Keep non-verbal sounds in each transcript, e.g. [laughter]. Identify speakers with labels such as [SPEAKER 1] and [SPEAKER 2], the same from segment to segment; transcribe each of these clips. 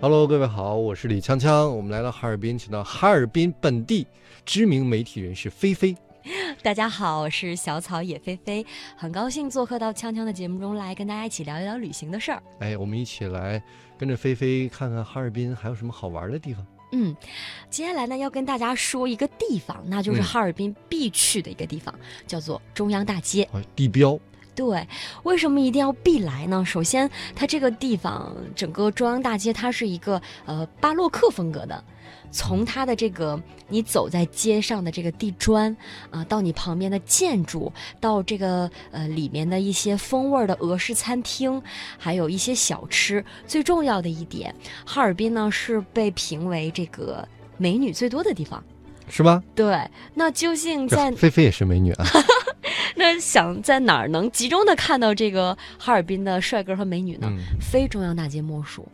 [SPEAKER 1] Hello，各位好，我是李锵锵，我们来到哈尔滨，请到哈尔滨本地知名媒体人士菲菲。
[SPEAKER 2] 大家好，我是小草野菲菲，很高兴做客到锵锵的节目中来，跟大家一起聊一聊旅行的事儿。
[SPEAKER 1] 哎，我们一起来跟着菲菲看看哈尔滨还有什么好玩的地方。
[SPEAKER 2] 嗯，接下来呢要跟大家说一个地方，那就是
[SPEAKER 1] 嗯
[SPEAKER 2] 哈尔滨必去的一个地方，叫做中央大街。
[SPEAKER 1] 啊，地标，
[SPEAKER 2] 对，为什么一定要必来呢？首先，它这个地方整个中央大街，它是一个呃巴洛克风格的。从它的这个你走在街上的这个地砖啊、到你旁边的建筑，到这个呃里面的一些风味儿的俄式餐厅，还有一些小吃。最重要的一点，哈尔滨呢是被评为这个美女最多的地方。
[SPEAKER 1] 是吧？
[SPEAKER 2] 对，那究竟
[SPEAKER 1] 这
[SPEAKER 2] 在
[SPEAKER 1] 菲菲也是美
[SPEAKER 2] [laughs]
[SPEAKER 1] 女啊。
[SPEAKER 2] 那想在哪儿能集中的看到这个哈尔滨的帅哥和美女呢？
[SPEAKER 1] 嗯，
[SPEAKER 2] 非中央大街莫属。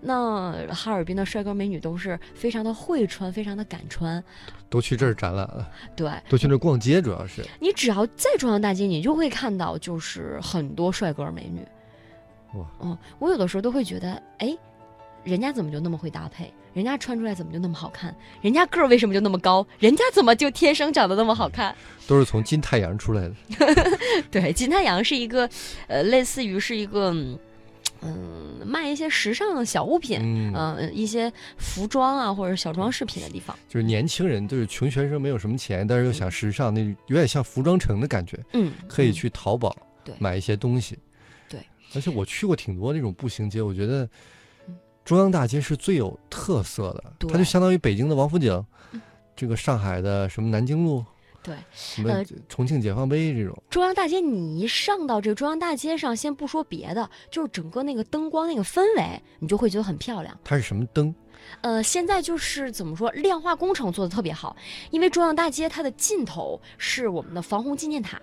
[SPEAKER 2] 那哈尔滨的帅哥美女都是非常的会穿，非常的敢穿。
[SPEAKER 1] 都去这儿展览了，
[SPEAKER 2] 对
[SPEAKER 1] 都去那儿逛街，主要
[SPEAKER 2] [laughs]
[SPEAKER 1] 是。
[SPEAKER 2] 你只要在中央大街，你就会看到就是很多帅哥美女。
[SPEAKER 1] 哇，
[SPEAKER 2] 嗯，我有的时候都会觉得，哎，人家怎么就那么会搭配？人家穿出来怎么就那么好看？人家个儿为什么就那么高？人家怎么就天生长得那么好看？
[SPEAKER 1] 都是从金太阳出来的。
[SPEAKER 2] 对，金太阳是一个，呃，类似于是一个，嗯，嗯卖一些时尚小物品，
[SPEAKER 1] 嗯，
[SPEAKER 2] 嗯、一些服装啊或者小装饰品的地方。
[SPEAKER 1] 就是年轻人，就是穷学生，没有什么钱，但是又想时尚，那有点像服装城的感觉，
[SPEAKER 2] 嗯，
[SPEAKER 1] 可以
[SPEAKER 2] 嗯。
[SPEAKER 1] 去淘宝
[SPEAKER 2] 对
[SPEAKER 1] 买一些东西。
[SPEAKER 2] 对，
[SPEAKER 1] 而且我去过挺多那种步行街，我觉得
[SPEAKER 2] 嗯
[SPEAKER 1] 中央大街是最有特色的，
[SPEAKER 2] 对
[SPEAKER 1] 它就相当于北京的王府井
[SPEAKER 2] 嗯，
[SPEAKER 1] 这个上海的什么南京路，
[SPEAKER 2] 对，
[SPEAKER 1] 什么
[SPEAKER 2] 呃
[SPEAKER 1] 重庆解放碑这种，
[SPEAKER 2] 中央大街，你一上到这个中央大街上，先不说别的，就是整个那个灯光那个氛围，你就会觉得很漂亮。
[SPEAKER 1] 它是什么灯？
[SPEAKER 2] 呃，现在就是怎么说，量化工程做的特别好，因为中央大街它的尽头是我们的防洪纪念塔，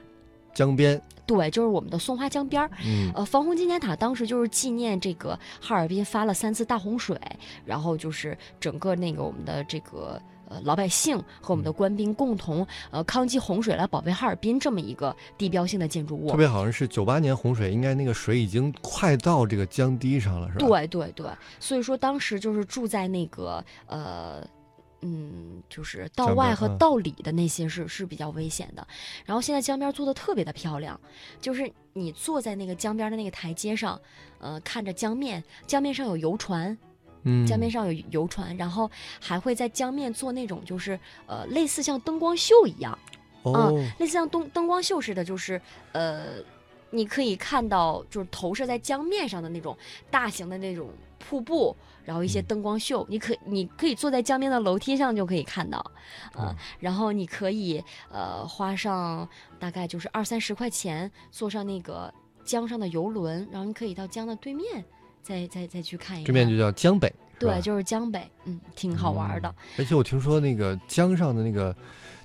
[SPEAKER 1] 江边，
[SPEAKER 2] 对，就是我们的松花江边儿。
[SPEAKER 1] 嗯，
[SPEAKER 2] 呃，防洪纪念塔当时就是纪念这个哈尔滨发了三次大洪水，然后就是整个那个我们的这个呃老百姓和我们的官兵共同呃抗击洪水来保卫哈尔滨这么一个地标性的建筑
[SPEAKER 1] 特
[SPEAKER 2] 物。
[SPEAKER 1] 别好像是九八年洪水，应该那个水已经快到这个江堤上了，是吧？
[SPEAKER 2] 对对对，所以说当时就是住在那个呃。嗯，就是道
[SPEAKER 1] 江边
[SPEAKER 2] 外和
[SPEAKER 1] 嗯
[SPEAKER 2] 道里的那些是、是比较危险的。然后现在江边做的特别的漂亮，就是你坐在那个江边的那个台阶上，呃，看着江面，江面上有游船，
[SPEAKER 1] 嗯，
[SPEAKER 2] 江面上有游船，然后还会在江面做那种就是呃类似像灯光秀一样，
[SPEAKER 1] 哦，
[SPEAKER 2] 类似像灯灯光秀似的，就是呃你可以看到就是投射在江面上的那种大型的那种瀑布，然后一些
[SPEAKER 1] 嗯
[SPEAKER 2] 灯光秀，你可你可以坐在江边的楼梯上就可以看到，呃
[SPEAKER 1] 嗯
[SPEAKER 2] 然后你可以呃花上大概就是二三十块钱坐上那个江上的游轮，然后你可以到江的对面。再再再去看一看，
[SPEAKER 1] 这面就叫江北，是吧嗯
[SPEAKER 2] 对，就是江北，嗯，挺好玩儿的。
[SPEAKER 1] 而且我听说那个江上的那个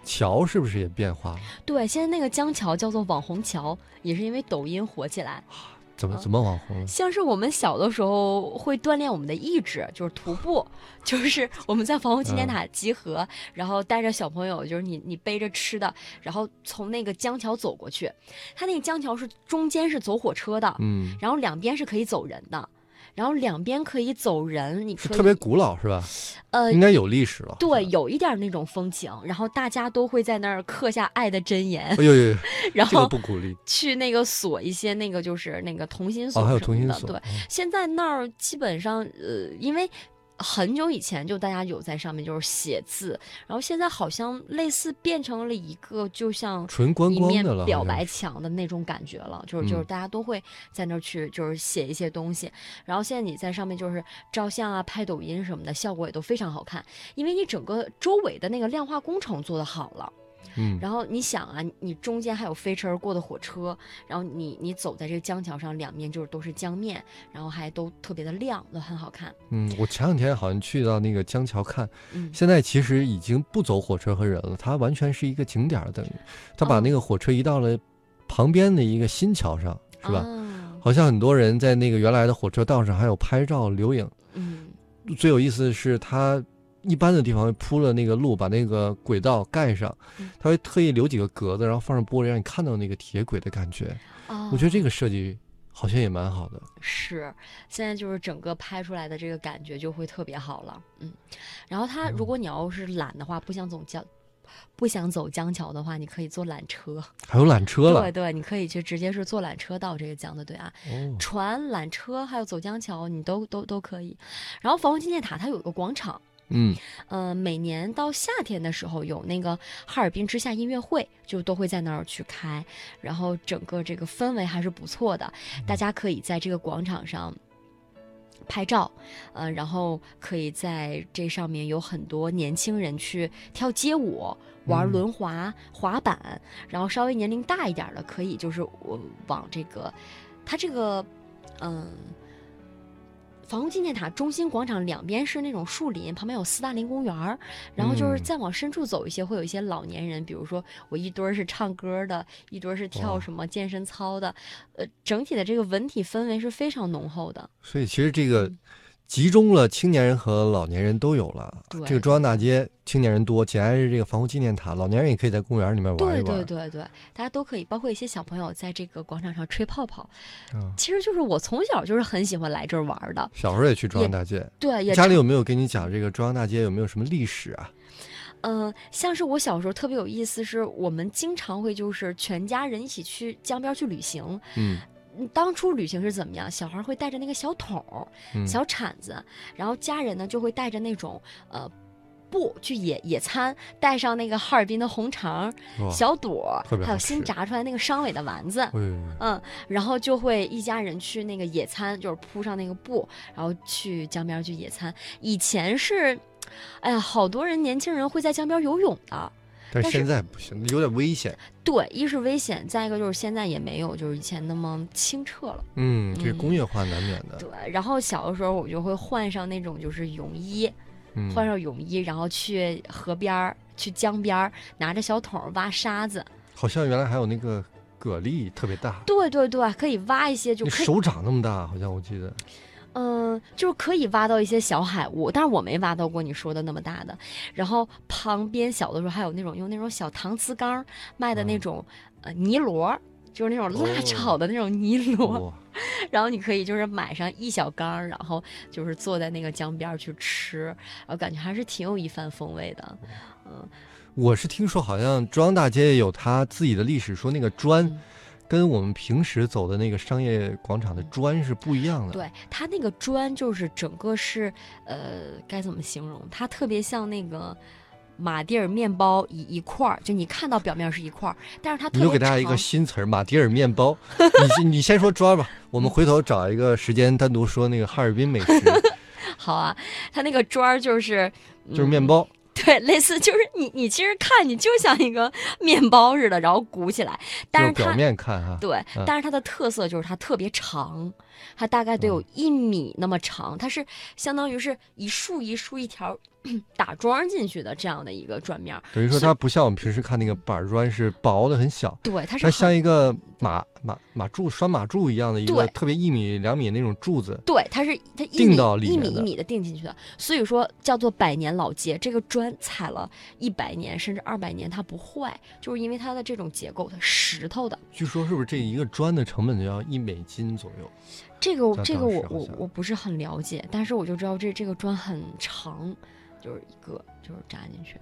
[SPEAKER 1] 桥是不是也变化了？
[SPEAKER 2] 对，现在那个江桥叫做网红桥，也是因为抖音火起来。
[SPEAKER 1] 怎么
[SPEAKER 2] 啊
[SPEAKER 1] 怎么网红了？
[SPEAKER 2] 像是我们小的时候会锻炼我们的意志，就是徒步， [laughs] 就是我们在防洪纪
[SPEAKER 1] 嗯
[SPEAKER 2] 念塔集合，然后带着小朋友，就是你你背着吃的，然后从那个江桥走过去。它那个江桥是中间是走火车的，
[SPEAKER 1] 嗯，
[SPEAKER 2] 然后两边是可以走人的，然后两边可以走人，你
[SPEAKER 1] 是
[SPEAKER 2] 可以
[SPEAKER 1] 特别嗯古老是吧？
[SPEAKER 2] 呃
[SPEAKER 1] 应该有历史了。
[SPEAKER 2] 对，有一点儿那种风情，然后大家都会在那儿刻下爱的箴言，
[SPEAKER 1] 哎呦呦，呦
[SPEAKER 2] 然
[SPEAKER 1] 这个
[SPEAKER 2] 后
[SPEAKER 1] 不鼓
[SPEAKER 2] [laughs]
[SPEAKER 1] 励
[SPEAKER 2] 去那个锁一些那个就是那个同心锁
[SPEAKER 1] 哦，还有
[SPEAKER 2] 什
[SPEAKER 1] 同
[SPEAKER 2] 么
[SPEAKER 1] 心
[SPEAKER 2] 的
[SPEAKER 1] 锁。
[SPEAKER 2] 对，
[SPEAKER 1] 嗯
[SPEAKER 2] 现在那儿基本上呃，因为很久以前就大家有在上面就是写字，然后现在好像类似变成了一个就像。
[SPEAKER 1] 纯观
[SPEAKER 2] 一
[SPEAKER 1] 光
[SPEAKER 2] 面
[SPEAKER 1] 的了，
[SPEAKER 2] 表
[SPEAKER 1] 好像
[SPEAKER 2] 白
[SPEAKER 1] 是
[SPEAKER 2] 墙的那种感觉了，就是就是
[SPEAKER 1] 嗯
[SPEAKER 2] 大家都会在那儿去就是写一些东西，然后现在你在上面就是照相啊、拍抖音什么的，效果也都非常好看，因为你整个周围的那个量化工程做得好了。
[SPEAKER 1] 嗯，
[SPEAKER 2] 然后你想啊，你中间还有飞驰而过的火车，然后你你走在这个江桥上，两面就是都是江面，然后还都特别的亮，都很好看。
[SPEAKER 1] 嗯，我前两天好像去到那个江桥看，
[SPEAKER 2] 嗯，
[SPEAKER 1] 现在其实已经不走火车和人了，它完全是一个景点儿，等于它把那个火车移到了旁边的一个新桥上，是吧？
[SPEAKER 2] 啊、
[SPEAKER 1] 好像很多人在那个原来的火车道上还有拍照留影。
[SPEAKER 2] 嗯，
[SPEAKER 1] 最有意思的是，它一般的地方铺了那个路，把那个轨道盖上
[SPEAKER 2] 嗯，
[SPEAKER 1] 它会特意留几个格子，然后放上玻璃，让你看到那个铁轨的感觉。
[SPEAKER 2] 啊
[SPEAKER 1] 我觉得这个设计好像也蛮好的。
[SPEAKER 2] 是，现在就是整个拍出来的这个感觉就会特别好了，嗯。然后它，如果你要是懒的话，不想走江，不想走江桥的话，你可以坐缆车。
[SPEAKER 1] 还有缆车了
[SPEAKER 2] 对，对，你可以就直接是坐缆车到这个江的对啊岸，
[SPEAKER 1] 哦，
[SPEAKER 2] 船、缆车还有走江桥，你都都都可以。然后防洪纪念塔它有一个广场，
[SPEAKER 1] 嗯，
[SPEAKER 2] 呃，每年到夏天的时候有那个哈尔滨之夏音乐会，就都会在那儿去开，然后整个这个氛围还是不错的，大家可以在这个广场上。拍照，呃，然后可以在这上面有很多年轻人去跳街舞、玩
[SPEAKER 1] 嗯
[SPEAKER 2] 轮滑、滑板，然后稍微年龄大一点儿的可以就是我往这个，它这个，嗯、防空纪念塔中心广场两边是那种树林，旁边有斯大林公园儿，然后就是
[SPEAKER 1] 嗯
[SPEAKER 2] 再往深处走一些，会有一些老年人，比如说我一堆儿是唱歌的，一堆儿是跳
[SPEAKER 1] 哇
[SPEAKER 2] 什么健身操的，呃，整体的这个文体氛围是非常浓厚的。
[SPEAKER 1] 所以其实这个集中了青年人和老年人都有了。
[SPEAKER 2] 对
[SPEAKER 1] 这个中央大街青年人多，前还是这个防护纪念塔，老年人也可以在公园里面玩
[SPEAKER 2] 对
[SPEAKER 1] 一玩。
[SPEAKER 2] 对对对，大家都可以，包括一些小朋友在这个广场上吹泡泡。
[SPEAKER 1] 嗯
[SPEAKER 2] 其实就是我从小就是很喜欢来这儿玩儿的，
[SPEAKER 1] 小时候也去中央大街，
[SPEAKER 2] 对，也
[SPEAKER 1] 家里有没有给你讲这个中央大街有没有什么历史啊？
[SPEAKER 2] 嗯，像是我小时候特别有意思，是我们经常会就是全家人一起去江边儿去旅行。
[SPEAKER 1] 嗯
[SPEAKER 2] 嗯当初旅行是怎么样？小孩儿会带着那个小桶儿、
[SPEAKER 1] 嗯，
[SPEAKER 2] 小铲子，然后家人呢就会带着那种呃布去野野餐，带上那个哈尔滨的红肠、
[SPEAKER 1] 哇，
[SPEAKER 2] 小肚儿
[SPEAKER 1] 特别，
[SPEAKER 2] 还有
[SPEAKER 1] 好
[SPEAKER 2] 新
[SPEAKER 1] 吃
[SPEAKER 2] 炸出来那个商委的丸子。
[SPEAKER 1] 哎呦
[SPEAKER 2] 嗯，然后就会一家人去那个野餐，就是铺上那个布，然后去江边儿去野餐。以前是，哎呀，好多人年轻人会在江边儿游泳的。
[SPEAKER 1] 但
[SPEAKER 2] 但
[SPEAKER 1] 是
[SPEAKER 2] 是
[SPEAKER 1] 现在不行，有点危险。
[SPEAKER 2] 对，一是危险，再一个就是现在也没有就是以前那么清澈了。
[SPEAKER 1] 嗯，这
[SPEAKER 2] 嗯
[SPEAKER 1] 工业化难免的。
[SPEAKER 2] 对，然后小的时候我就会换上那种就是泳衣，
[SPEAKER 1] 嗯，
[SPEAKER 2] 换上泳衣，然后去河边儿、去江边儿拿着小桶儿挖沙子。
[SPEAKER 1] 好像原来还有那个蛤蜊特别大，
[SPEAKER 2] 对对对，可以挖一些就
[SPEAKER 1] 你
[SPEAKER 2] 可以
[SPEAKER 1] 手掌那么大，好像我记得。
[SPEAKER 2] 嗯，就是可以挖到一些小海物，但是我没挖到过你说的那么大的。然后旁边小的时候还有那种用那种小搪瓷缸儿卖的那
[SPEAKER 1] 嗯
[SPEAKER 2] 种、呃泥螺儿，就是那种辣
[SPEAKER 1] 哦
[SPEAKER 2] 炒的那种泥螺，
[SPEAKER 1] 哇，
[SPEAKER 2] 然后你可以就是买上一小缸儿，然后就是坐在那个江边儿去吃，然后感觉还是挺有一番风味的。
[SPEAKER 1] 我是听说好像中央大街也有它自己的历史，说那个砖
[SPEAKER 2] 嗯
[SPEAKER 1] 跟我们平时走的那个商业广场的砖是不一样的。，
[SPEAKER 2] 对，它那个砖就是整个是，呃，该怎么形容？它特别像那个马蒂尔面包一一块儿，就你看到表面是一块儿，但是它特
[SPEAKER 1] 你
[SPEAKER 2] 别
[SPEAKER 1] 就给大家一个
[SPEAKER 2] 长
[SPEAKER 1] 新词儿——马迭尔面
[SPEAKER 2] [laughs]
[SPEAKER 1] 包。你先你先说砖吧，我们回头找一个时间单独说那个哈尔滨
[SPEAKER 2] [laughs]
[SPEAKER 1] 美食，
[SPEAKER 2] 好啊，它那个砖儿就是
[SPEAKER 1] 就是面、包。
[SPEAKER 2] 嗯对，类似就是你你其实看你就像一个面包似的，然后鼓起来，
[SPEAKER 1] 就
[SPEAKER 2] 但
[SPEAKER 1] 是
[SPEAKER 2] 是
[SPEAKER 1] 表
[SPEAKER 2] 它。
[SPEAKER 1] 面看哈、
[SPEAKER 2] 对，
[SPEAKER 1] 嗯
[SPEAKER 2] 但是它的特色就是它特别长，它大概得
[SPEAKER 1] 嗯
[SPEAKER 2] 有一米那么长，它是相当于是一束一束一条打桩进去的这样的一个砖面儿。
[SPEAKER 1] 等于说
[SPEAKER 2] 是
[SPEAKER 1] 它不像我们平时看那个板砖是薄的很小，
[SPEAKER 2] 对，它是
[SPEAKER 1] 它
[SPEAKER 2] 很
[SPEAKER 1] 像一个马马马柱拴马柱一样的一个
[SPEAKER 2] 对
[SPEAKER 1] 特别一米两米那种柱子。
[SPEAKER 2] 对，它是它一
[SPEAKER 1] 钉
[SPEAKER 2] 米
[SPEAKER 1] 到里
[SPEAKER 2] 一
[SPEAKER 1] 面
[SPEAKER 2] 米一
[SPEAKER 1] 的
[SPEAKER 2] 米的钉进去的，所以说叫做百年老街。这个砖踩了一百年甚至二百年它不坏，就是因为它的这种结构，它石头的。
[SPEAKER 1] 据说是不是这一个砖的成本就要一美金左右？
[SPEAKER 2] 这个
[SPEAKER 1] 在
[SPEAKER 2] 这个
[SPEAKER 1] 当时
[SPEAKER 2] 我
[SPEAKER 1] 好
[SPEAKER 2] 我
[SPEAKER 1] 像
[SPEAKER 2] 我不是很了解，但是我就知道这这个砖很长，就是一个就是扎进去。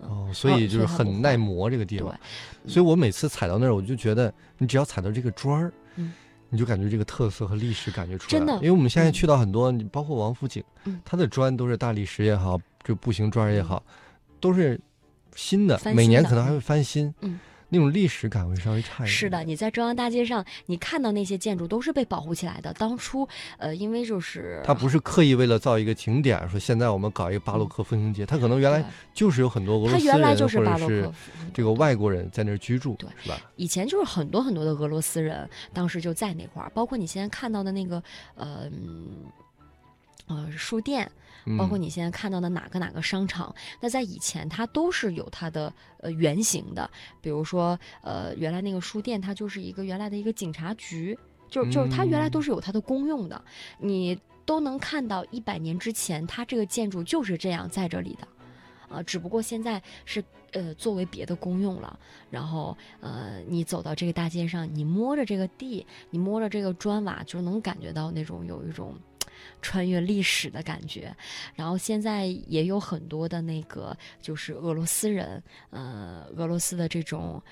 [SPEAKER 1] 哦，
[SPEAKER 2] 嗯
[SPEAKER 1] 所以就是很耐磨这个地
[SPEAKER 2] 对
[SPEAKER 1] 方。，
[SPEAKER 2] 嗯
[SPEAKER 1] 所以我每次踩到那儿，我就觉得你只要踩到这个砖儿，
[SPEAKER 2] 嗯
[SPEAKER 1] 你就感觉这个特色和历史感觉出来
[SPEAKER 2] 真
[SPEAKER 1] 了。
[SPEAKER 2] 的
[SPEAKER 1] 因为我们现在
[SPEAKER 2] 嗯
[SPEAKER 1] 去到很多，你包括王府井
[SPEAKER 2] 嗯，
[SPEAKER 1] 它的砖都是大理石也好，这步行砖也好，都是新的
[SPEAKER 2] 翻，新
[SPEAKER 1] 每年
[SPEAKER 2] 的
[SPEAKER 1] 可能还会翻新。
[SPEAKER 2] 嗯，
[SPEAKER 1] 那种历史感会稍微差一点。
[SPEAKER 2] 是的，，你在中央大街上，你看到那些建筑都是被保护起来的。当初，呃，因为就是
[SPEAKER 1] 它不是刻意为了造一个景点，说现在我们搞一个巴洛克风情街，它可能原来
[SPEAKER 2] 对
[SPEAKER 1] 就是有很多俄罗
[SPEAKER 2] 它
[SPEAKER 1] 斯
[SPEAKER 2] 原来
[SPEAKER 1] 人
[SPEAKER 2] 就
[SPEAKER 1] 或
[SPEAKER 2] 是巴
[SPEAKER 1] 者
[SPEAKER 2] 洛
[SPEAKER 1] 是
[SPEAKER 2] 克风
[SPEAKER 1] 这个外国人在那儿居住，
[SPEAKER 2] 对
[SPEAKER 1] 是吧？
[SPEAKER 2] 以前就是很多很多的俄罗斯人，当时就在那块儿，包括你现在看到的那个，呃，嗯呃，书店，
[SPEAKER 1] 嗯
[SPEAKER 2] 包括你现在看到的哪个哪个商场，那在以前它都是有它的呃原型的，比如说呃原来那个书店，它就是一个原来的一个警察局，就就是它原来都
[SPEAKER 1] 嗯
[SPEAKER 2] 是有它的功用的，你都能看到一百年之前它这个建筑就是这样在这里的。啊，只不过现在是呃作为别的公用了。然后呃，你走到这个大街上，你摸着这个地，你摸着这个砖瓦，就能感觉到那种有一种穿越历史的感觉。然后现在也有很多的那个就是俄罗斯人，呃，俄罗斯的这种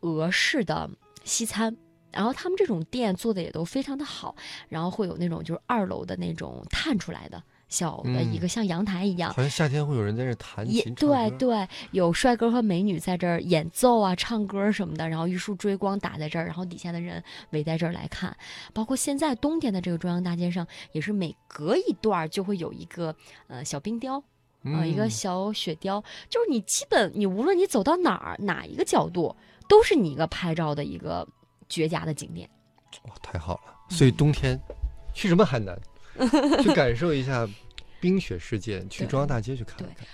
[SPEAKER 2] 俄式的西餐。然后他们这种店做的也都非常的好，然后会有那种就是二楼的那种探出来的小的
[SPEAKER 1] 嗯
[SPEAKER 2] 一个像阳台一样，
[SPEAKER 1] 好像夏天会有人在这弹
[SPEAKER 2] 啊也
[SPEAKER 1] 琴唱
[SPEAKER 2] 对
[SPEAKER 1] 歌，
[SPEAKER 2] 对，有帅哥和美女在这儿演奏啊、唱歌什么的，然后一束追光打在这儿，然后底下的人围在这儿来看。包括现在冬天的这个中央大街上，也是每隔一段儿就会有一个呃小冰雕啊、呃一个
[SPEAKER 1] 嗯
[SPEAKER 2] 小雪雕，就是你基本你无论你走到哪儿哪一个角度，都是你一个拍照的一个绝佳的景点。
[SPEAKER 1] 哦，太好了！所以冬天去什么海南，去感受一下冰雪世界，去
[SPEAKER 2] 对
[SPEAKER 1] 中央大街去看一
[SPEAKER 2] 对
[SPEAKER 1] 看。